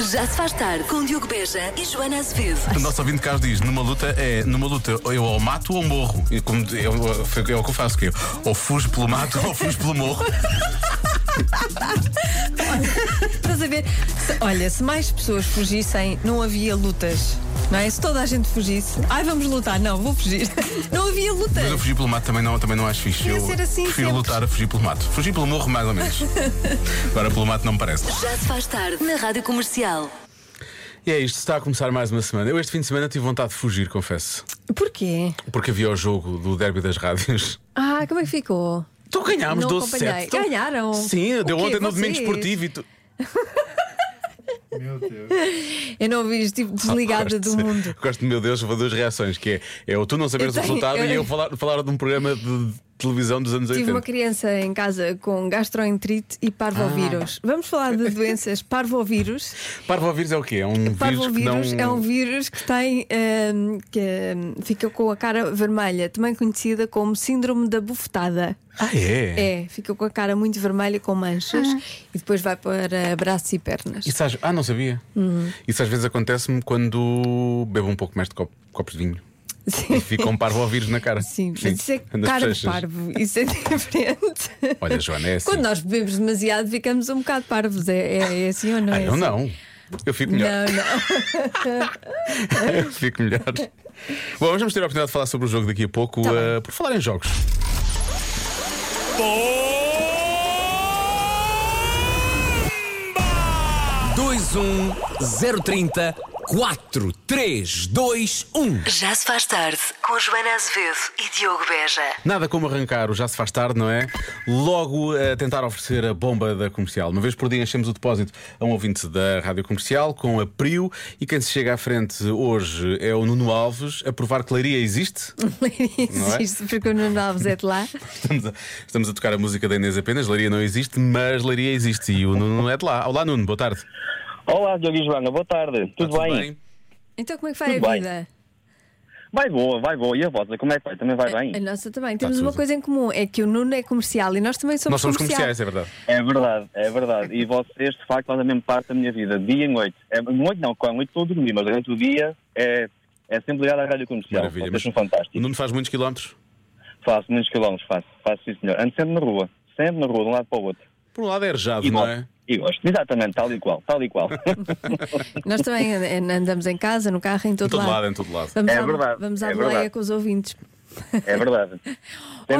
Já se faz tarde com Diogo Beja e Joana Azevedo. O nosso ouvinte Carlos diz: numa luta é numa luta ou eu ou mato ou morro. E como de- eu, foi- é o que eu faço, que eu ou fujo pelo mato ou fujo pelo morro. Estás a ver? Se- olha, se mais pessoas fugissem, não havia lutas. Não é? Se toda a gente fugisse, ai vamos lutar, não, vou fugir. Não havia Mas eu lutas. fugir pelo mato também não, também não acho fixe. Devia Eu ser assim prefiro sempre. lutar a fugir pelo mato. Fugir pelo morro, mais ou menos. Agora pelo mato não me parece. Já se faz tarde na Rádio Comercial. E é isto, está a começar mais uma semana. Eu este fim de semana tive vontade de fugir, confesso. Porquê? Porque havia o jogo do Derby das Rádios. Ah, como é que ficou? Então ganhámos Não 12 acompanhei. 7 então... Ganharam? Sim, O deu quê? ontem no domingo Vocês? esportivo e tu... Eu não ouvi, estive desligada Ah, do Gosto de- mundo. Gosto, de, meu Deus, vou duas reações: que é, é o tu não saberes Eu o tenho- resultado eu- e eu falar, falar de um programa de televisão dos anos Tive 80. uma criança em casa com gastroenterite e parvovírus. Ah. Vamos falar de doenças parvovírus. Parvovírus é o quê? É um vírus que não. Parvovírus é um vírus que tem hum, que hum, fica com a cara vermelha, também conhecida como síndrome da bufetada. Ah, é? É, fica com a cara muito vermelha com manchas e depois vai para braços e pernas. Isso às- Ah, não sabia. Uhum. Isso às vezes acontece-me quando bebo um pouco mais de copo- copos de vinho. Sim. E fica um parvovírus na cara. Sim, mas isso é Nas cara de bochechas. parvo, isso é diferente. Olha, Joana, é assim. Quando nós bebemos demasiado, ficamos um bocado parvos. É, é, é assim ou não? Ah, é eu assim? não. Eu fico melhor. Não, não. Eu fico melhor. Bom, mas vamos ter a oportunidade de falar sobre o jogo daqui a pouco. Tá eh, por falar em jogos. dois um zero trinta quatro três dois um Já se faz tarde com Joana Azevedo e Diogo Beja. Nada como arrancar o Já Se Faz Tarde, não é? Logo a tentar oferecer a bomba da comercial. Uma vez por dia enchemos o depósito a um ouvinte da rádio comercial com a Prio e quem se chega à frente hoje é o Nuno Alves a provar que Leiria existe. Não é? Existe, porque o Nuno Alves é de lá. Estamos a, estamos a tocar a música da Inês apenas. Leiria não existe, mas Leiria existe e o Nuno é de lá. Olá, Nuno, boa tarde. Olá, Diogo e Joana, boa tarde. Tudo, Está bem? Então, como é que vai Tudo a bem. vida? Vai boa, vai boa. E a vossa, como é que vai? Também vai A bem? nossa também. Temos tudo. uma coisa em comum: é que o Nuno é comercial e nós também somos, Nós somos comerciais. comerciais, é verdade. É verdade, é verdade. E vocês, de facto, fazem mesmo parte da minha vida, dia e noite. É, noite não, com a noite estou a dormir, mas durante o dia é, é sempre ligado à rádio comercial. Maravilha. Vocês são o fantásticos. Nuno faz muitos quilómetros. Faço muitos quilómetros, faço, faço sim, senhor. Ando sempre na rua, sempre na rua, de um lado para o outro. Por um lado é arejado, E não gosto. é? E gosto. Exatamente, tal e qual, tal e qual. Nós também and- andamos em casa, no carro, em todo, Em todo lado, em todo lado. Vamos É à, verdade, Vamos à é boleia verdade. com os ouvintes. é verdade. Olha,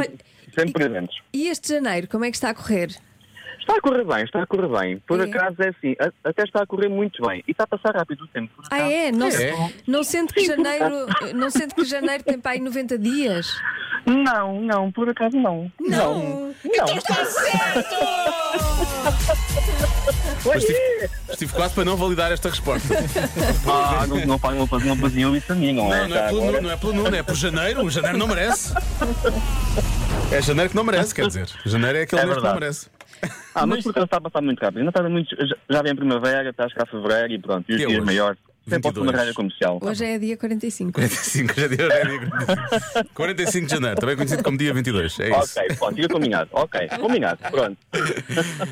Sempre, sempre presentes. E este janeiro, como é que está a correr? Está a correr bem, está a correr bem. Por É. acaso é assim, a- até está a correr muito bem. E está a passar rápido o tempo. por Ah, acaso. é? Não, se- É. não sente que janeiro, não sente que janeiro tem para aí 90 dias? Não, não, por acaso não. Não. Não. Mas estive, estive quase para não validar esta resposta. Ah, não, não faz uma não faziam isso a mim, não é? Não, não é, Já pelo agora. Nuno, não é pelo Nuno, é por janeiro. O janeiro não merece. É janeiro que não merece, quer dizer. Janeiro é aquele É mês que não verdade. merece. Ah, mas por acaso está a passar muito rápido. Ainda está muito. já- Já vem a primavera, está a chegar a fevereiro e pronto. E os Que é dias hoje? maiores. Sempre posso 22. uma rádio comercial. Hoje é dia 45. 45, já dia, já é dia 45. 45 de janeiro, também conhecido como dia 22. É isso. Ok, pronto, fica combinado. Ok, combinado. Pronto.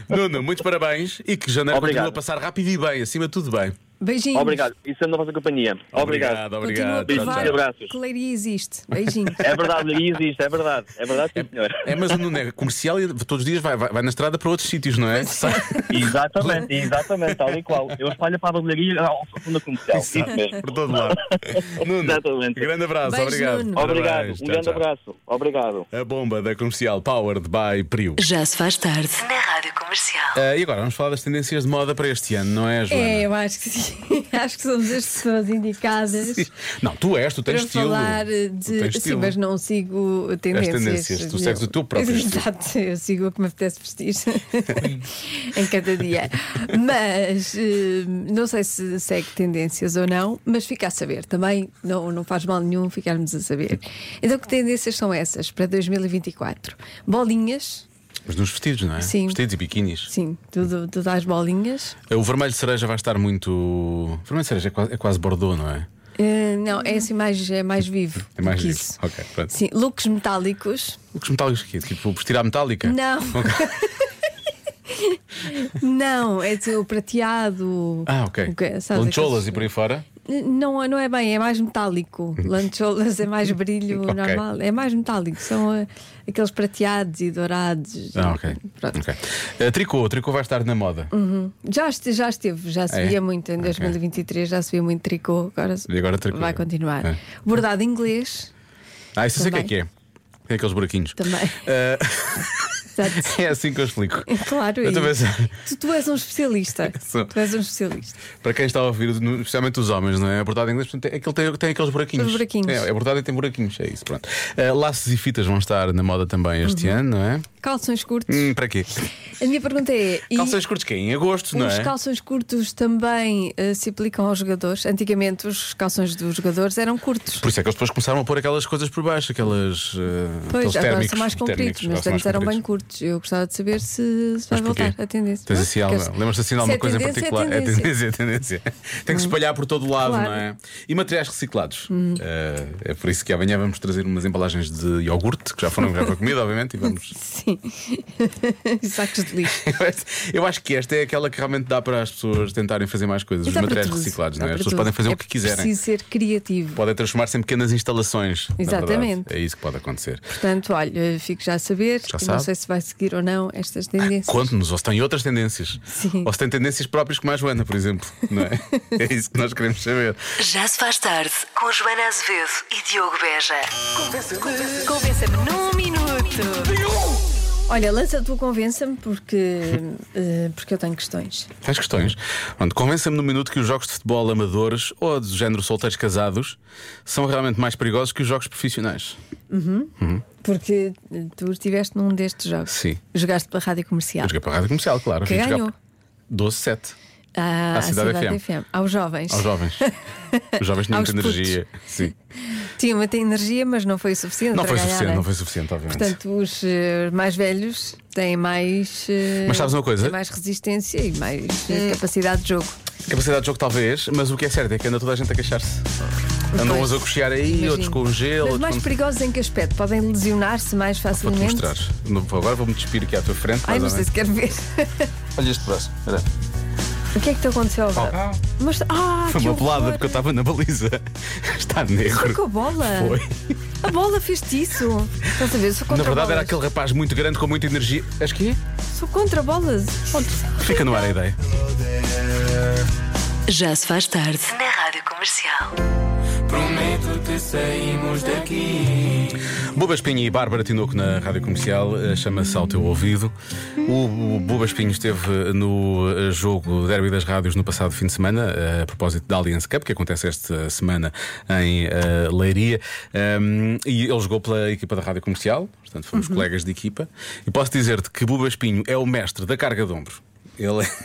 Nuno, muitos parabéns e que janeiro Obrigado. continue a passar rápido e bem, acima de tudo bem. Beijinhos. Obrigado. é E sempre na vossa companhia. Obrigado. Continua a obrigado. provar Tchau, Beijinhos e tchau. abraços. que leiria existe. Beijinhos. É verdade, Maria, existe, é verdade. É verdade, sim, senhor. É, mas o Nuno é comercial e todos os dias vai, vai, vai na estrada para outros sítios, não é? Sai- Exatamente, exatamente, tal e qual. Eu espalho para a barbearia ao fundo comercial. Isso Exato, mesmo. Por todo lado. Nuno, Exatamente. grande abraço, Beijo, obrigado. Nuno. Obrigado. Um Parabéns, tchau, grande tchau. abraço. Obrigado. A bomba da comercial Powered by Priu. Já se faz tarde na Rádio Comercial. Ah, e agora vamos falar das tendências de moda para este ano, não é, Joana? É, eu acho que sim. Acho que somos as pessoas indicadas. Sim. Não, tu és, tu tens para estilo. falar eh, Tu tens de. Sim, estilo. mas não sigo tendências. tendências, tu segues o teu próprio estilo. Exato, eu sigo o que me apetece vestir em cada dia. Mas eh, não sei se segue tendências ou não, mas fica a saber também. Não, não faz mal nenhum ficarmos a saber. Então, que tendências são essas para 2024? Bolinhas. Mas nos vestidos, não é? Sim. Vestidos e biquinis. Sim, tudo, tudo às bolinhas. O vermelho cereja vai estar muito. Vermelho cereja é quase, é quase bordô, não é? Eh, não, é assim mais, é mais vivo. É mais do que vivo. isso. Ok, pronto. Sim, looks metálicos. O que os metálicos aqui? Tipo, vestir à metálica? Não. Não, é dizer, o prateado. Ah, ok. o que- sabes, Lancholas aqueles- e por aí fora? Não, não é bem, é mais metálico. Lancholas é mais brilho Ok. normal, é mais metálico. São eh, aqueles prateados e dourados. Ah, ok. Pronto. Hum. Uhum. Ok. Eh, tricô, tricô vai estar na moda. Já, este- já esteve, já se É? via muito em Ok. 2023, já se via muito tricô. Agora, se- E agora tricô. vai continuar. É. Bordado inglês Ah, isso eu sei o que é Também. que é. Tem aqueles buraquinhos. também. Eh, Exato. é assim que eu explico. Claro, Eu e- também sei. tu, tu és um especialista. Sou. tu és um especialista. Para quem está a ouvir, no- especialmente os homens, não é? A bordada em inglês portanto, é aquele, tem, tem aqueles buraquinhos. Os buraquinhos. É, a bordada tem buraquinhos, é isso, pronto. Eh, laços e fitas vão estar na moda também este Uhum. ano, não é? Calções curtos. Hum, para quê? A minha pergunta é: e Calções curtos que é em agosto, não os é? calções curtos também eh, se aplicam aos jogadores? Antigamente os calções dos jogadores eram curtos. Por isso é que eles depois começaram a pôr aquelas coisas por baixo, aquelas. eh, Pois, aqueles agora térmicos, são mais compridos, térmicos, agora mas são mais antes eram compridos. bem curtos. Eu gostava de saber se, se vai Mas porquê? voltar a tendência. Tens Não, assim porque alguma- eles- Lembras-te assim de se alguma é coisa em tendência, particular? É tendência. Hum. é tendência. Tem que se espalhar por todo o lado, Claro. Hum. não é? E materiais reciclados. Eh, é por isso que amanhã vamos trazer umas embalagens de iogurte, que já foram já foi comida, obviamente, e vamos. Sim. Sacos de lixo. Eu acho que esta é aquela que realmente dá para as pessoas tentarem fazer mais coisas. Os Dá para materiais tudo, reciclados, dá não é? As para pessoas tudo. podem fazer É o que quiserem. preciso ser criativo. Podem transformar-se em pequenas instalações. na verdade. Exatamente. É isso que pode acontecer. Portanto, olha, fico já a saber. Já e não sabe. Ah, sei se vai seguir ou não estas tendências. Conte-nos, ou se tem outras tendências. Sim. Ou se tem tendências próprias como a Joana, por exemplo. Não é? é isso que nós queremos saber. Já se faz tarde com Joana Azevedo e Diogo Beja. Convença-me num minuto. Olha, lança tu convença-me porque, eh, porque eu tenho questões. Faz questões. Pronto, Convença-me no minuto que os jogos de futebol amadores ou do género solteiros casados são realmente mais perigosos que os jogos profissionais. Porque eh, tu estiveste num destes jogos. Sim. Jogaste pela rádio comercial. Eu joguei para a rádio comercial, claro. Ah. Que Vim jogar ganhou? 12-7 Ah, À, À Cidade FM. Aos jovens. aos jovens. Os jovens tinham Aos muita energia. Sim. Tinha muita energia, mas não foi o suficiente. Não para foi ganhar, suficiente, é? não foi suficiente, obviamente. Portanto, os eh, mais velhos têm mais. eh, Mas sabes uma coisa? têm mais resistência e mais eh, Hum. capacidade de jogo. Capacidade de jogo, talvez, mas o que é certo é que anda toda a gente a queixar-se. Andam Pois. uns a cochear aí, Imagino. outros com gelo, Mas outros mais com- perigosos em que aspecto? Podem lesionar-se mais Vou-te facilmente? mostrar. Não- Agora vou-me despir aqui à tua frente. Ai, mais não ou sei menos. se quero ver. Olha este braço. Olha. O que é que te aconteceu ao Vasco? Mas, ah, Foi que uma pelada horror! porque eu estava na baliza. Está negro. Foi com a bola. Foi. A bola fez-te isso. Estás a ver? Sou Na contra verdade, bolas. era aquele rapaz muito grande com muita energia. Acho que é. Sou contra bolas. Fica no ar a ideia. Já se faz tarde na Rádio Comercial. Prometo-te saímos daqui. Buba Espinho e Bárbara Tinoco na rádio comercial eh, chama-se Ao Teu Ouvido. O o Buba Espinho esteve eh, no eh, jogo Derby das Rádios no passado fim de semana, eh, a propósito da Allianz Cup, que acontece esta semana em eh, Leiria. Ahm, E ele jogou pela equipa da rádio comercial, portanto, fomos Uhum. colegas de equipa. E posso dizer-te que Buba Espinho é o mestre da carga de ombro. Ele é.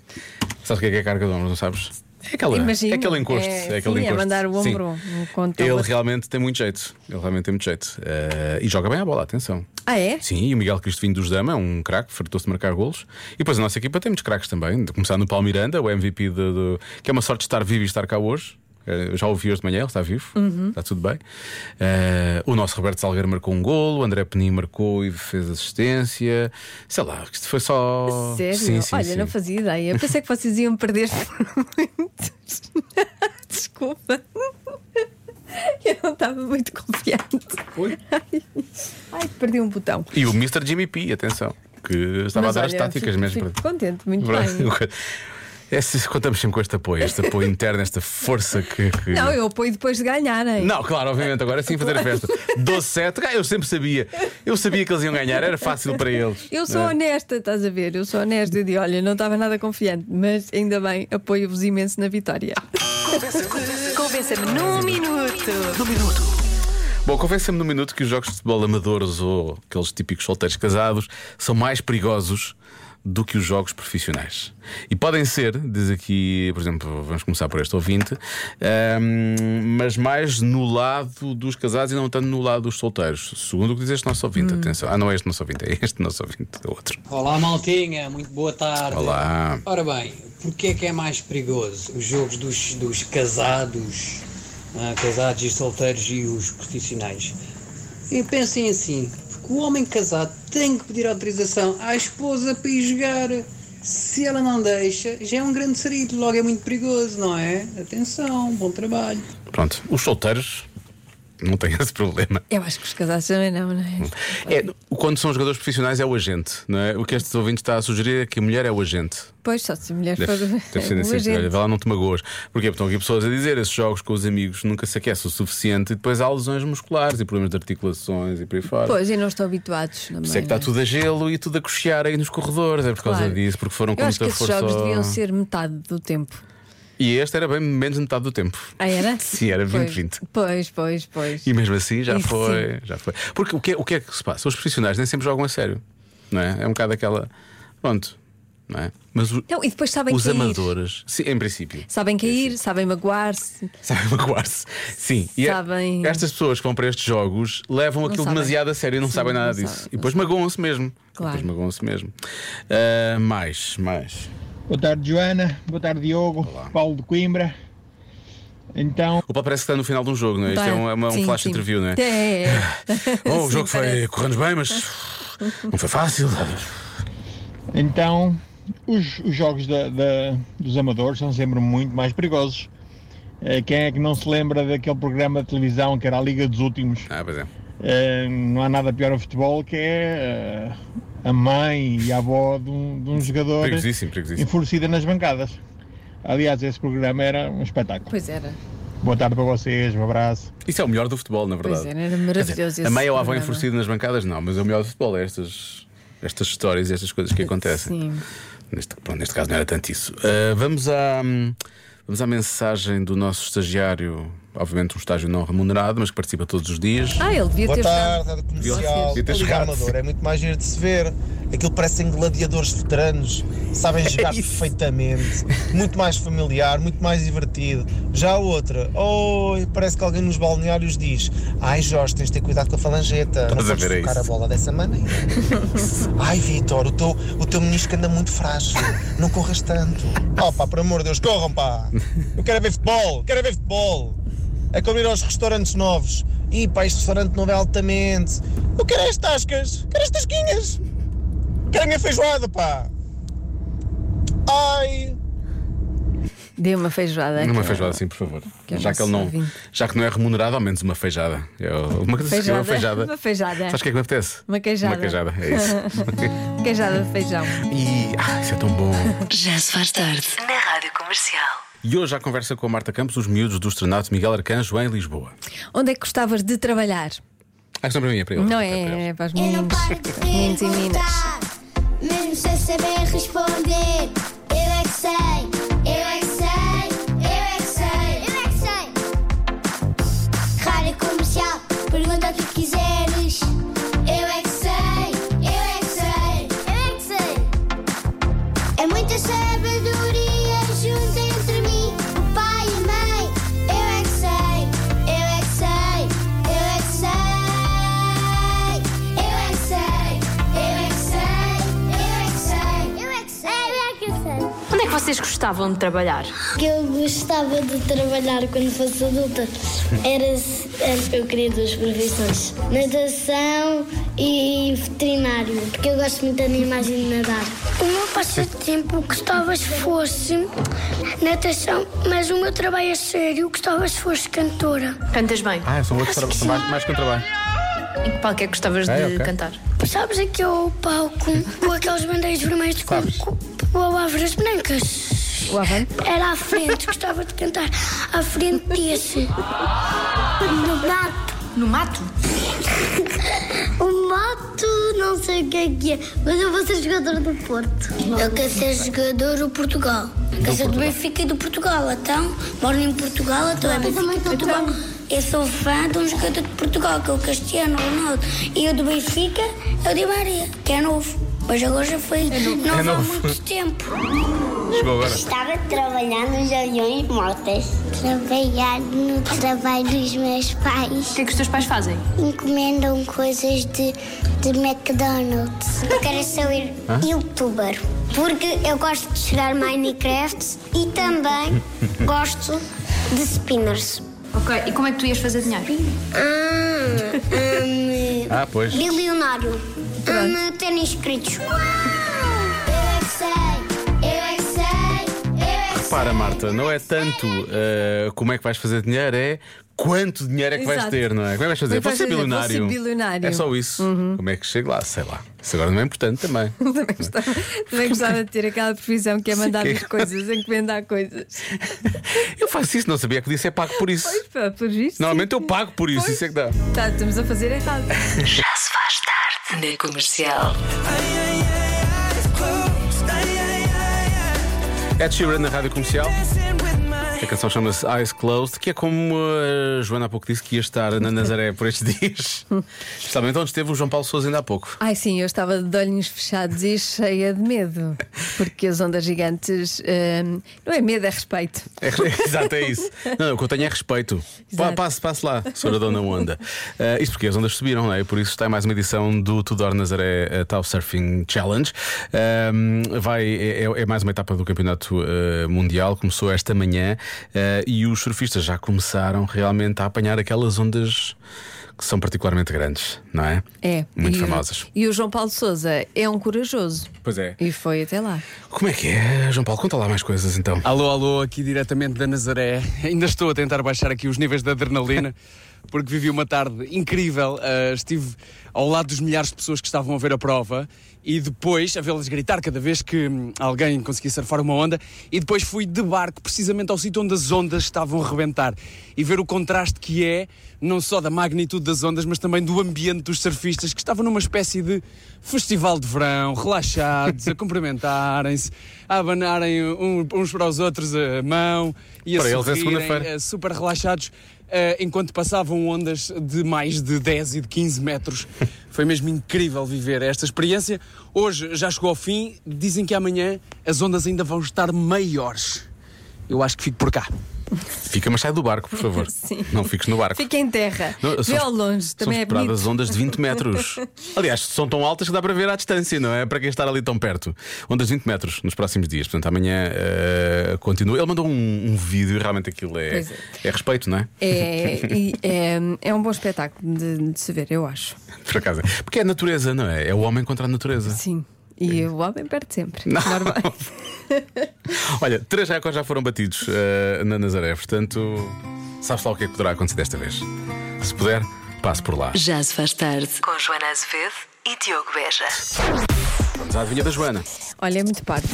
Sabes o que é que é carga de ombro, não sabes? É, aquela, Imagino. é aquele encosto. É, é aquele sim, é encosto. mandar o ombro um Sim. contra o Ele outro. realmente tem muito jeito. Ele realmente tem muito jeito. Eh, e joga bem a bola, atenção. Ah, é? Sim, e o Miguel Cristovinho dos Dama é um craque, fartou-se de marcar golos. E depois a nossa equipa tem muitos craques também. De começar no Paulo Miranda, o MVP, de, do- que é uma sorte de estar vivo e estar cá hoje. Eh, Eu já ouvi hoje de manhã, ele está vivo, Uhum. está tudo bem. Eh, o nosso Roberto Salgueiro marcou um golo, o André Penin marcou e fez assistência. Sei lá, que isto foi só. Sério? Oh, Sim, sim, Olha, sim. não fazia ideia. Pensei que vocês iam perder por muitos. Desculpa. Eu não estava muito confiante. Oi? Ai, perdi um botão. E o Mr. Jimmy P, atenção, que estava Mas a dar as olha, táticas fico- mesmo. Fico contente, muito para- bem. para- É, se- contamos sempre com este apoio, este apoio interno, esta força que. que- Não, eu apoio depois de ganharem. Não, claro, obviamente, agora sim fazer a festa. 12-7, ah, eu sempre sabia. Eu sabia que eles iam ganhar, era fácil para eles. Eu sou Não é? honesta, estás a ver? Eu sou honesta. Eu digo, olha, não estava nada confiante, mas ainda bem, apoio-vos imenso na vitória. Convença-me num minuto. Bom, convença-me no minuto que os jogos de futebol amadores ou aqueles típicos solteiros casados são mais perigosos do que os jogos profissionais. E podem ser, diz aqui, por exemplo, vamos começar por este ouvinte, hum, mas mais no lado dos casados e não tanto no lado dos solteiros. Segundo o que diz este nosso ouvinte, atenção. Ah, não é este nosso ouvinte, é este nosso ouvinte, é outro. Olá, Maltinha, muito boa tarde. Olá. Ora bem, porquê é que é mais perigoso? Os jogos dos, dos casados, ah, casados e solteiros e os profissionais? E pensem assim, que o homem casado tem que pedir autorização à esposa para ir jogar. Se ela não deixa, já é um grande sarito, logo é muito perigoso, não é? Atenção, bom trabalho. Pronto, os solteiros não têm esse problema. Eu acho que os casados também não, não é? É, quando são jogadores profissionais é o agente, não é? O que este ouvinte está a sugerir é que a mulher é o agente. Pois, só se a mulher for. Deve, assim, deve ser É, boa nesse sentido. gente. Olha, vai lá, não te magoas. Porque estão aqui pessoas a dizer esses jogos com os amigos nunca se aquece o suficiente e depois há lesões musculares e problemas de articulações e por aí fora. Pois, e não estão habituados. Também, Por isso é que está não tudo a gelo e tudo a cochear aí nos corredores, é por causa Claro. disso, porque foram com Eu acho que muita esses força. jogos ao- deviam ser metade do tempo. E este era bem menos de metade do tempo. Ah, era? Sim, era Pois, 20-20. Pois, pois, pois. E mesmo assim já Isso foi, já foi. Porque o que, é, o que é que se passa? Os profissionais nem sempre jogam a sério, não é? É um bocado aquela. Pronto, não é? Mas o- Não, e depois sabem os cair. amadores, sim, em princípio, Sabem cair, sabem magoar-se. sabem magoar-se. Sim, e é- Sabem- estas pessoas que vão para estes jogos levam aquilo sabem. demasiado a sério e não Sim, sabem nada não disso. sabem, e não depois magoam-se mesmo. Claro. Depois magoam-se mesmo. Ah, mais, mais. Boa tarde, Joana. Boa tarde, Diogo. Paulo de Coimbra. Então, O Paulo parece que está no final de um jogo, não é? Isto é um, é uma- um Tá. Sim, flash sim. interview, não é? É. Oh, o Sim, jogo foi parece. correndo bem, mas não foi fácil. então os, os jogos da- da- dos amadores são sempre muito mais perigosos. Eh, Quem é que não se lembra daquele programa de televisão que era a Liga dos Últimos? Ah, pois é. Eh, Não há nada pior ao futebol que é eh, a mãe e a avó de um, de um jogador Perigosíssimo, perigosíssimo. enfurecida nas bancadas. Aliás, esse programa era um espetáculo. Pois era. Boa tarde para vocês, um abraço. Isso é o melhor do futebol, na verdade. Pois né? era, era maravilhoso Quer dizer, esse A meia ou a avó programa. enfurecida nas bancadas, não, mas o melhor do futebol é estas, estas histórias e estas coisas que acontecem. Sim. Neste, pronto, neste caso não era tanto isso. Ah, vamos, à, hum, vamos à mensagem do nosso estagiário, obviamente um estágio não remunerado, mas que participa todos os dias. Ah, ele devia Boa ter tarde, jogado. rádio comercial. Devia ter A Liga chegado. Amadora é muito mais giro de se ver. Aquilo parecem gladiadores veteranos, É sabem jogar perfeitamente, muito mais familiar, muito mais divertido. Já a outra, oh, parece que alguém nos balneários diz: Ai Jorge, tens de ter cuidado com a falangeta, não Estás a podes ver, é tocar a isso. bola dessa maneira. Ai Vitor, o teu, o teu menisco anda muito frágil, não corras tanto. Oh pá, por amor de Deus, corram pá! Eu quero é ver futebol, quero é ver futebol! a comer aos restaurantes novos. E pá, este restaurante novo é altamente. Eu quero as tascas, quero as tasquinhas, quero a minha feijoada, pá. Ai, Dê uma feijoada. Uma àquela. feijoada, sim, por favor. que é o já, que ele não, nosso ouvinte. já que não é remunerado, ao menos uma feijada. É uma, Feijada, uma feijada. uma feijada. Sabes o que é que me apetece? Uma queijada. Uma queijada, é isso. Queijada de feijão. e ah, isso é tão bom. Já se faz tarde na Rádio Comercial. E hoje à conversa com a Marta Campos, os miúdos do estrenato Miguel Arcanjo em Lisboa. Onde é que gostavas de trabalhar? Ah, isso não é para mim, é para ele. Não para eles. é, é para os Eu meninos. não paro de Meninos e perguntar, meninas. mesmo sem saber responder. Eu é que sei, eu é que sei, eu é que sei, eu é que sei. Rádio comercial, pergunta o que quiseres. Eu é que sei, eu é que sei, eu é que sei. É muita sabedoria junta entre mim, o pai e a mãe. Eu é que sei, eu é que sei, eu é que sei. Eu é que sei, eu é que sei, eu é que sei, eu é que sei, eu é que sei. Onde é que vocês gostavam de trabalhar? que eu gostava de trabalhar quando fosse adulta era, eu queria duas profissões natação e veterinário porque eu gosto muito de animais e de nadar o meu passatempo gostava se fosse natação mas o meu trabalho a sério gostava se fosse cantora Cantas bem? Ah, são outros tra- são mais, mais que um trabalho. Em que palco é que gostavas Ah, de ok. cantar? sabes aquele palco com aqueles bandeiros vermelhos com, com, com palavras brancas O Avan? era à frente, gostava de cantar à frente desse. No mato. No mato? O mato, não sei o que é que é, mas eu vou ser jogador do Porto. Eu quero ser jogador do Portugal. Quero ser do Benfica e do Portugal, então. Moro em Portugal, então é Benfica e Portugal. Eu sou fã de um jogador de Portugal, que é o Cristiano Ronaldo. E o do Benfica é o Di Maria, que é novo. Mas agora já foi, não É há novo. muito tempo. Chegou agora. Estava trabalhando nos aviões mortos. Trabalhar no trabalho dos meus O pais. que é que os teus pais fazem? Encomendam coisas de, de McDonald's. Eu quero ser youtuber. Porque eu gosto de jogar Minecraft e também gosto de spinners. Ok, e como é que tu ias fazer dinheiro? Ah, hum, Ah, pois. Bilionário. Ama ténis escritos. Eu é que sei, eu é que sei, eu é que sei. Repara, Marta, não é tanto eh, como é que vais fazer dinheiro, é quanto dinheiro é que vais Exato. ter, não é? Como é que vais fazer? Como é que Vou vais ser fazer? Vou bilionário. ser bilionário. Uhum. É só isso. Como é que chego lá? Sei lá. Isso agora não é importante também. Também gostava de ter aquela profissão que é mandar Sim. vir coisas, encomendar coisas. Eu faço isso, não sabia que podia é pago por isso. Pois, pá, por isso. Normalmente eu pago por isso, isso é que dá. Tá, estamos a fazer errado. Já se faz tarde na comercial. Ed Sheeran na rádio comercial. A canção chama-se Eyes Closed, que é como a Joana há pouco disse que ia estar na Nazaré por estes dias. Especialmente onde esteve o João Paulo Souza ainda há pouco. Ai sim, eu estava de olhinhos fechados e cheia de medo, porque as ondas gigantes hum, não é medo, é respeito. É, exato, é isso. Não, o que eu tenho é respeito. Pá, Exato. passe, passe lá, senhora Dona Onda. Ah, isto porque as ondas subiram, não é? Por isso está em mais uma edição do Tudor Nazaré ah, Tau Surfing Challenge. Ahm, vai, é, é- é mais uma etapa do Campeonato ah, Mundial, começou esta manhã ah, e os surfistas já começaram realmente a apanhar aquelas ondas que são particularmente grandes, não é? É. Muito e famosas. O, e o João Paulo Souza é um corajoso. Pois é. E foi até lá. Como é que é, João Paulo? Conta lá mais coisas então. Ah. Alô, alô, aqui diretamente da Nazaré. Ainda estou a tentar baixar aqui os níveis de adrenalina, porque vivi uma tarde incrível. Ah, estive ao lado dos milhares de pessoas que estavam a ver a prova e depois a vê-las gritar cada vez que hum, alguém conseguia surfar uma onda. E depois fui de barco precisamente ao sítio onde as ondas estavam a rebentar e ver o contraste que é, não só da magnitude das ondas, mas também do ambiente dos surfistas que estavam numa espécie de festival de verão, relaxados, a cumprimentarem-se, a abanarem um- uns para os outros a mão e a Para eles é sorrirem, segunda-feira. eh, super relaxados, eh, enquanto passavam ondas de mais de 10 e de 15 metros. Foi mesmo incrível viver esta experiência. Hoje já chegou ao fim, dizem que amanhã as ondas ainda vão estar maiores. Eu acho que fico por cá. Fica, mas sai do barco, por favor. Sim. Não fiques no barco. Fica em terra. Não, Vê são- ao longe, também são é bonito. esperadas ondas de 20 metros. Aliás, são tão altas que dá para ver à distância, não é? Para quem estar ali tão perto. Ondas de 20 metros nos próximos dias. Portanto, amanhã eh, continua. Ele mandou um, um vídeo e realmente aquilo é, Pois é. respeito, não é? É, e é, é um bom espetáculo de, de se ver, eu acho. Por acaso. Porque é a natureza, não é? É o homem contra a natureza. Sim. E o homem perde sempre. Não. Olha, três recordes já foram batidos eh, na Nazaré. Portanto, sabes lá o que é que poderá acontecer desta vez. Se puder, passe por lá. Já se faz tarde com Joana Azevedo e Diogo Beja. Vamos à adivinha da Joana. Olha, é muito parvo.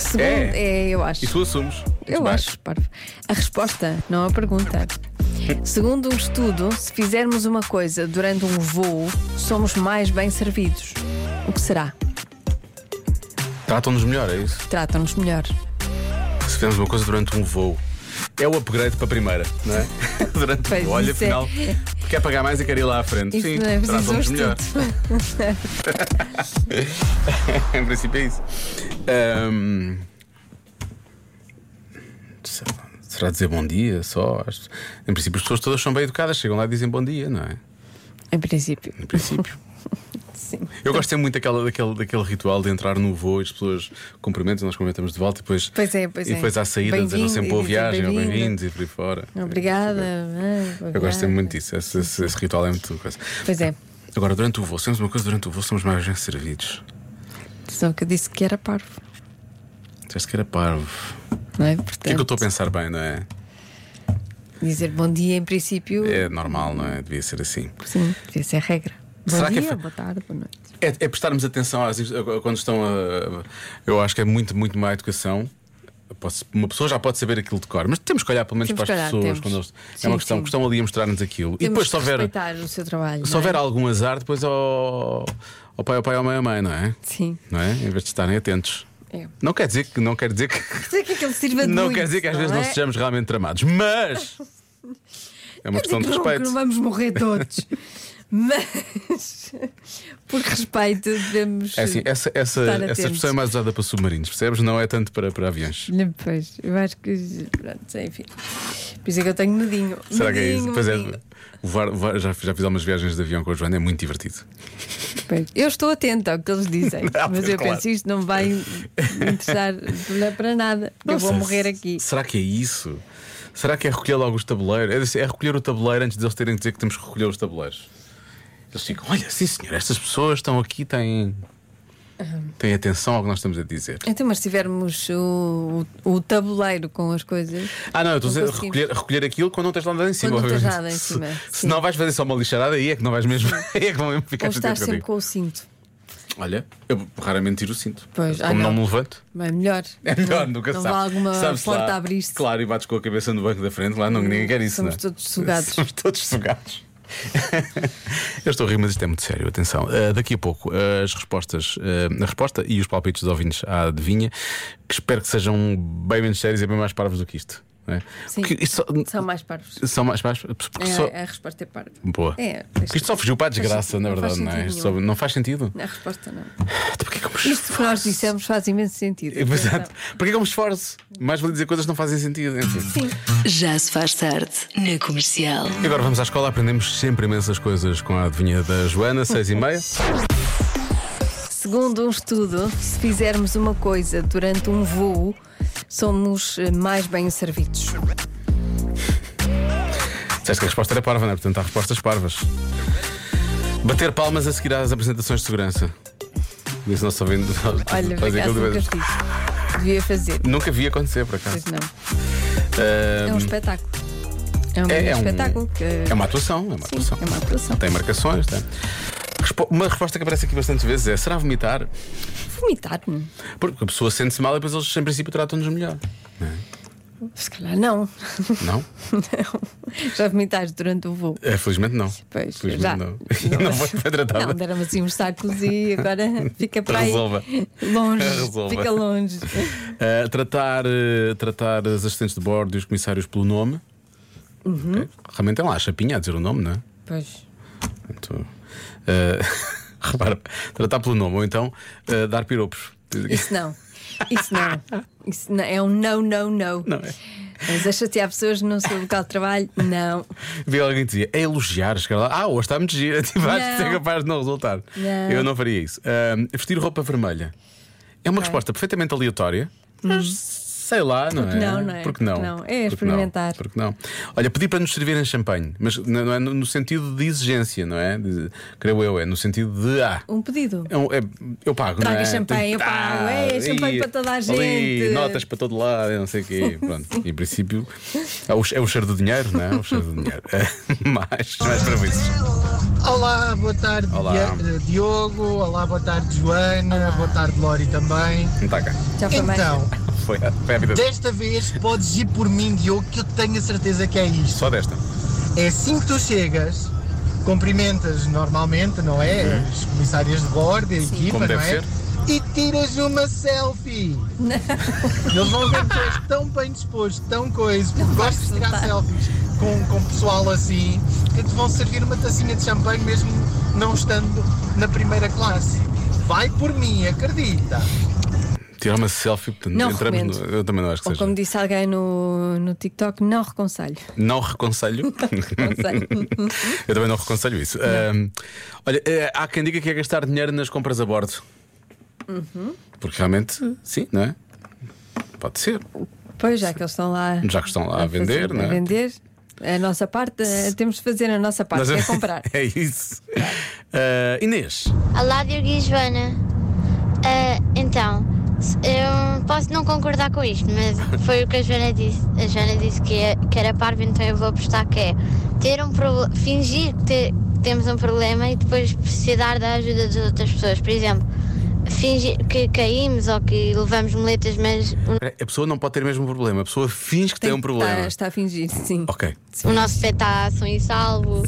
Segundo, É. é, eu acho. E tu assumes. Eu Muito bem. acho, parvo. A resposta, não a pergunta. Segundo um estudo, se fizermos uma coisa durante um voo, somos mais bem servidos. O que será? Tratam-nos melhor, é isso? Tratam-nos melhor. Se fizermos uma coisa durante um voo, é o upgrade para a primeira, não é? durante o Pois, voo. Olha, isso é- afinal, quer pagar mais e quer ir lá à frente. Isso Sim, não é preciso um tratam-nos melhor. estudo. em princípio é isso. Ahm, sei lá, será dizer bom dia só? Acho- Em princípio, as pessoas todas são bem educadas, chegam lá e dizem bom dia, não é? em princípio. Em princípio. Sim. Eu gosto sempre muito daquela, daquele, daquele ritual de entrar no voo e as pessoas cumprimentam, nós cumprimentamos de volta e depois, Pois é, pois e é. depois à saída Bem-vindo, dizem sempre boa e dizem viagem ou bem-vindo. bem-vindos e por aí fora. É Obrigada. ah, Eu gosto obrigada. sempre muito disso. Esse, esse- esse ritual é muito coisa. Pois é, Agora, durante o voo, se temos uma coisa durante o voo, somos mais bem servidos. só que eu disse que era parvo. Disseste que era parvo. Não é? O que é que eu Portanto, estou a pensar bem, não é? dizer bom dia em princípio É normal, não é? Devia ser assim. Sim, devia ser regra. Bom Será que é dia, fa- boa tarde, boa noite. É, é prestarmos atenção às, inst- a- a- quando estão a. Eu acho que é muito, muito má educação. Posso- uma pessoa já pode saber aquilo de cor, mas temos que olhar pelo menos Temos para as que olhar, pessoas. temos. Quando eles- é Sim, uma questão sim. que estão ali a mostrar-nos aquilo. e Temos depois, se que houver, respeitar o seu trabalho. se não é? houver algum azar, depois ao, ao pai, ao pai, ao mãe, à mãe, não é? Sim. Não é? Em vez de estarem atentos. É. Não quer dizer que. Não quer dizer que Quer dizer que aquilo sirva de Não muito, quer dizer que às vezes é? não sejamos realmente tramados, mas é Quer dizer uma questão de que não- que respeito. Não vamos morrer todos. Mas, por respeito, devemos. É assim, essa, essa, estar essa atentos. expressão é mais usada para submarinos, percebes? Não é tanto para, para aviões. Pois, eu acho que. Pronto, enfim. Por isso é que eu tenho medinho. Será que é isso? Medinho, Pois é, medinho. voar- voar- já, já fiz algumas viagens de avião com a Joana, é muito divertido. Pois, Eu estou atenta ao que eles dizem, Ah, mas eu claro. penso isto não vai me interessar não é para nada. eu Não vou sei, morrer aqui. Será que é isso? Será que é recolher logo os tabuleiros? É, é recolher o tabuleiro antes de eles terem que dizer que temos que recolher os tabuleiros. Eles ficam, olha, sim senhor, estas pessoas estão aqui, têm, têm atenção ao que nós estamos a dizer. Então, mas se tivermos o, o, o tabuleiro com as coisas. Ah, não, eu estou a dizer conseguimos. recolher, recolher aquilo quando não tens nada em cima. Quando não tens obviamente. nada em cima, Se, sim. não vais fazer só uma lixarada, aí é que não vais mesmo. aí é que vão mesmo ficar Ou estar chateados sempre contigo. com o cinto. Olha, eu raramente tiro o cinto. Pois, Como ah, não. não. me levanto, Mas É melhor. é melhor, Não- nunca não sabe. vá alguma Sabes lá, porta abrir-se. Hum, Claro, e bates com a cabeça no banco da frente, lá não, ninguém quer isso, Somos não é? todos sugados. Somos todos sugados. Eu estou a rir, mas isto é muito sério, atenção. Uh, daqui a pouco uh, as respostas, uh, a resposta e os palpites dos ouvintes à adivinha, que espero que sejam bem menos sérios e bem mais parvos do que isto. não é? Sim. Porque isso só- São mais parvos. são mais parvos. Porque É, só- A resposta é parva. Boa. É, Porque isto só fugiu para a faz desgraça, sentido, na não faz verdade, não é? sentido Isto só- Não faz sentido. é A resposta não. Isto que nós dissemos faz imenso sentido. Exato. Porquê que eu me esforço? Mais vale dizer coisas que não fazem sentido. Enfim. Já se faz tarde na comercial. E agora vamos à escola, aprendemos sempre imensas coisas com a adivinha da Joana, seis e meia. Segundo um estudo, se fizermos uma coisa durante um voo, somos eh, mais bem servidos. Disseste que a resposta era parva, não é? Portanto, há respostas parvas. Bater palmas a seguir às apresentações de segurança. Disse nosso ouvindo. Olha, por Faz acaso aquilo de nunca vez. fiz. Devia fazer. Nunca vi acontecer, por acaso. Pois não. Ah, É um espetáculo. É um é- é um- espetáculo. que... é uma atuação, é uma atuação. É uma atuação. Tem marcações, tem. Respo- Uma resposta que aparece aqui bastantes vezes é: será vomitar? Vomitar-me. Porque a pessoa sente-se mal e depois eles, em princípio, tratam-nos melhor. Se calhar não. Não? não. Já vomitaste durante o voo. É, felizmente não. Pois, felizmente já. não. Não foi foi Não, tratada. deram assim uns sacos e agora fica para aí. Resolva. Longe. Resolva. Fica longe. Uh, tratar, uh, tratar as assistentes de bordo e os comissários pelo nome. Uhum. Realmente é lá a chapinha a dizer o nome, não é? Pois. Portanto, uh, repara, tratar pelo nome ou então uh, dar piropos. Isso não. Isso não. Isso não. É um não, não, não. Não é? Mas a chatear pessoas no seu local de trabalho, não. Vi alguém que dizia, é elogiar, chegar lá, ah, hoje está muito gira, tipo, acho que Não. é capaz de não resultar. Não. Eu não faria isso. Uh, vestir roupa vermelha é uma Ok. resposta perfeitamente aleatória. Sei lá, não Porque é? não, não é? Porque não. Porque não. É Porque não. experimentar. Porque não. Olha, pedi para nos servirem champanhe, mas n- não é no no sentido de exigência, não é? De- creio eu, é no sentido de ah. Um pedido. é um- é- eu pago, não Traga é? champanhe, Tem- eu pago. É, champanhe para toda a gente. Ali, notas para todo lado, eu não sei o quê. Pronto, em princípio, é o, é o cheiro do dinheiro, não é? É o cheiro do dinheiro. É, mais, mais para Olá, boa tarde Olá. Dia- eh, Diogo, olá, boa tarde Joana, boa tarde Lori também. Não está cá. Já foi mais. Então. Foi, a- foi a vida. Desta vez podes ir por mim, Diogo, que eu tenho a certeza que é isto. Só desta. É assim que tu chegas, cumprimentas normalmente, não é? As comissárias de bordo, a equipa, Uhum. Como não deve é? ser. E tiras uma selfie. Eles vão ver que tu és tão bem disposto, tão coisa, porque gostas de tirar selfies com, com pessoal assim, que te vão servir uma tacinha de champanhe mesmo não estando na primeira classe. Vai por mim, acredita. Tirar uma selfie, portanto, Não entramos no- recomendo. Eu também não acho que Ou seja. como disse alguém no, no TikTok, não reconselho. Não reconselho. Eu também não reconselho isso. Ahm, olha, eh, há quem diga que é gastar dinheiro nas compras a bordo. Uhum. Porque realmente, sim, não é? Pode ser. Pois, já que eles estão lá. Já que estão lá a vender, fazer- não A é? vender. A nossa parte, eh, temos de fazer a nossa parte, Nós- é comprar. é isso. Ah, Inês, Olá, Diogo e Joana. Ah, então, se- eu posso não concordar com isto, mas foi o que a Joana disse. A Joana disse que, é- que era parvo, então eu vou apostar que é ter um proble- fingir que te- temos um problema e depois precisar da ajuda das outras pessoas. Por exemplo, fingir que caímos ou que levamos moletas, mas o- a pessoa não pode ter mesmo problema. A pessoa finge que tem, um problema. estar- Está a fingir, sim. Ok. o nosso pé está ação e salvo.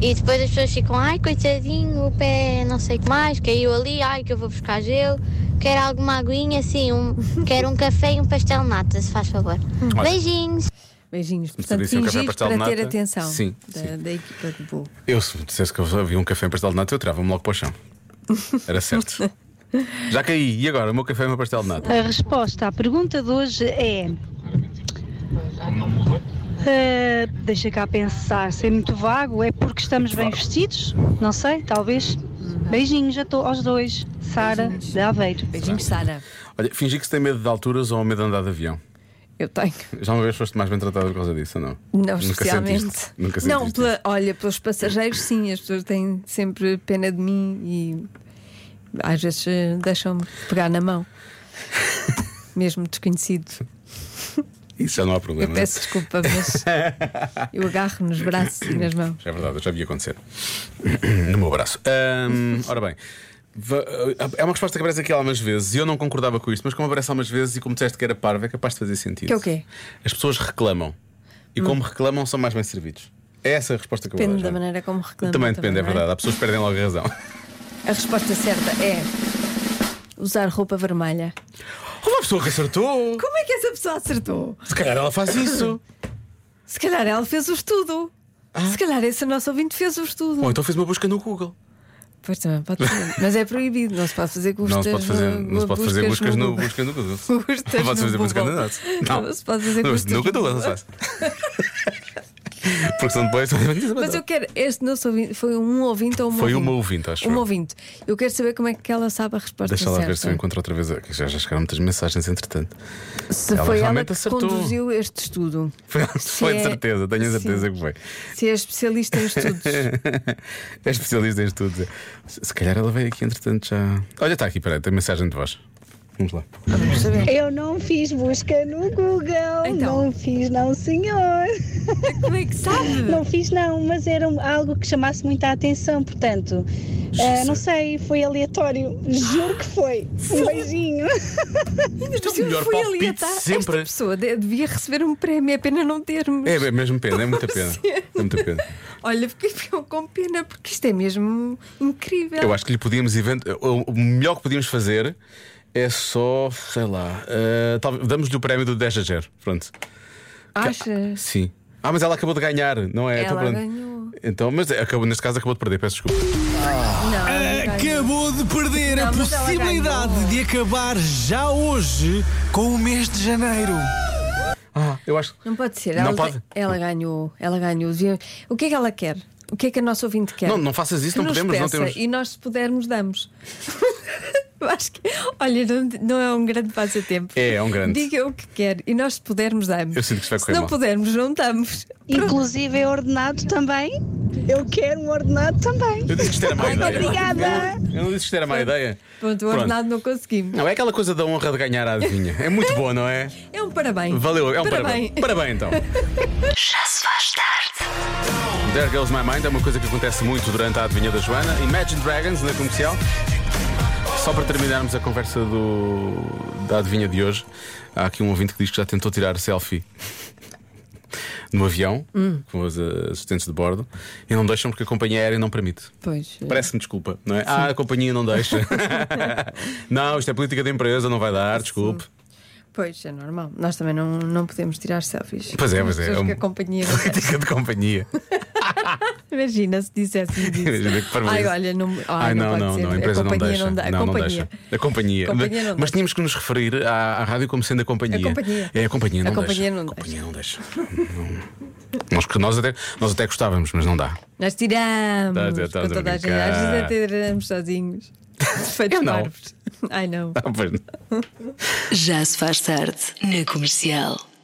E depois as pessoas ficam, ai coitadinho, o pé não sei o que mais, caiu ali, ai que eu vou buscar gelo, quero alguma aguinha, assim, um, quero um café e um pastel de nata, se faz favor. Olha. Beijinhos! Beijinhos. Seria Portanto, assim um café fingir pastel de para ter nata? atenção Sim, da, sim. da equipa de voo. Eu, se me dissesse que eu havia um café em pastel de nata, eu tirava-me logo para o chão. Era certo. Já caí, e agora? O meu café é o meu pastel de nata. A resposta à pergunta de hoje é. eh, deixa cá pensar, ser muito vago, é porque estamos bem vestidos? Não sei, talvez. Uhum. Beijinhos a to- aos dois, Sara de Aveiro. Beijinhos, Sara. Ah. Olha, fingir que se tem medo de alturas ou medo de andar de avião. Eu tenho. Já uma vez foste mais bem tratado por causa disso, ou não? Não, Nunca especialmente. Sentiste, nunca sentiste. não, pela- olha, pelos passageiros, sim, as pessoas têm sempre pena de mim e às vezes eh, deixam-me pegar na mão. Mesmo desconhecido. Isso já não é? há problema. Eu peço desculpa, mas eu agarro nos braços e nas mãos. Já é verdade, eu já vi acontecer. No meu braço. Ahm, ora bem. va- É uma resposta que aparece aqui algumas vezes e eu não concordava com isto, mas como aparece algumas vezes e como disseste que era parvo, é capaz de fazer sentido. Que é o quê? Hum. As pessoas reclamam e, como reclamam, são mais bem servidos. É essa a resposta que eu vou Depende dar. da Joana. maneira como reclama. Também depende, é não verdade. Há pessoas que perdem logo a razão. A resposta certa é usar roupa vermelha. Uma pessoa que acertou! Como é que essa pessoa acertou? Se calhar ela faz isso. Se calhar ela fez o estudo. Ah. Se calhar esse nosso ouvinte fez o estudo. Ou então fez uma busca no Google. Pois também pode ser. Mas é proibido, não se pode fazer buscas não se pode fazer, no, não se pode fazer buscas no, Google. buscas no Google. Buscas não pode no fazer buscas no Google. Google. Não se pode fazer Não, buscas No no Google não se faz. Porque senão depois. Mas eu quero, este nosso ouvinte foi um ouvinte ou uma Foi ouvinte? uma ouvinte, acho Uma eu. ouvinte. tá Eu quero saber como é que ela sabe a resposta Deixa lá certa. ver se eu encontro outra vez. que Já, já chegaram muitas mensagens, entretanto. Se Ela foi ela realmente que acertou. conduziu este estudo. Foi, Se foi de é- certeza, tenho a certeza Sim. que foi. Se é especialista em estudos. é especialista em estudos. Se se calhar ela veio aqui, entretanto, já. Olha, está aqui, peraí, tem mensagem de voz. Vamos lá. Eu não fiz busca no Google. Não fiz, não, senhor. Então, Como é que sabe? Não fiz, não, mas era um- algo que chamasse muita atenção, portanto. eh, não sei, foi aleatório. Juro que foi. Um beijinho. Isto é o melhor Fui palpite ali atar. sempre. Esta pessoa de- devia receber um prémio, é pena não termos. É mesmo pena, é muita pena. É muita pena. Olha, fiquei ficam com pena porque isto é mesmo incrível. Eu acho que lhe podíamos event... eh, o o melhor que podíamos fazer é só, sei lá, eh, talvez- damos-lhe o prémio do 10 a 0. Pronto. Achas? Sim. Ah, mas ela acabou de ganhar, não é? Ela Então, pronto. ganhou. Então, mas acabou, neste caso acabou de perder, peço desculpa. Não, ela ganhou. Acabou de perder a Não, mas ela possibilidade ganhou. de acabar já hoje com o mês de janeiro. Ah, eu acho. Não pode ser. Não ela, pode. ela ganhou, ela ganhou. Devia- O que é que ela quer? O que é que a nossa ouvinte quer? Não, não faças isso, Que não nos podemos, não peça temos- E nós, se pudermos, damos. Eu acho que, olha, não, não é um grande passatempo. É, é um grande. Diga o que quer e nós, se pudermos, damos. Eu sinto que isto vai se correr não mal. pudermos, não damos. Inclusive é ordenado também. Eu quero um ordenado também. Eu disse que isto era má Ai, ideia. assim? Obrigada. Eu não disse que isto era má ideia. Pronto, o ordenado não conseguimos. Não, é aquela coisa da honra de ganhar a adivinha. É muito boa, não é? É um parabéns. Valeu, é um parabéns. Parabéns então. Já se faz tarde. There Goes My Mind é uma coisa que acontece muito durante a adivinha da Joana. Imagine Dragons na comercial. Só para terminarmos a conversa do, da adivinha de hoje, há aqui um ouvinte que diz que já tentou tirar selfie no avião Hum. com os eh, assistentes de bordo e não deixam porque a companhia aérea não permite. Pois. Parece-me desculpa, não é? Ah, a companhia não deixa. não, isto é política da empresa, não vai dar, desculpe. Pois, é normal. Nós também não, não podemos tirar selfies. Pois é, Com pois as é. pessoas É um- que a companhia não quer. Política de companhia. Imagina se dissesse isso. Imagina que parvoíce. Ai, olha, não, ai, Ai, não, pode não, ser. não, a empresa a não companhia deixa. não dá. A não, não companhia. deixa. A companhia. A companhia mas, não mas tínhamos que nos referir à, à rádio como sendo a companhia. A companhia. É, a companhia não a deixa. companhia não deixa. Companhia não deixa. Não- Nós, que- nós, até, nós até gostávamos, mas não dá. Nós tiramos Estás a- estás com a toda a gente. brincar. Às vezes até tiramos sozinhos. Feitos Eu não. parvos. Ai não. Ah, pois não. Já se faz tarde na comercial.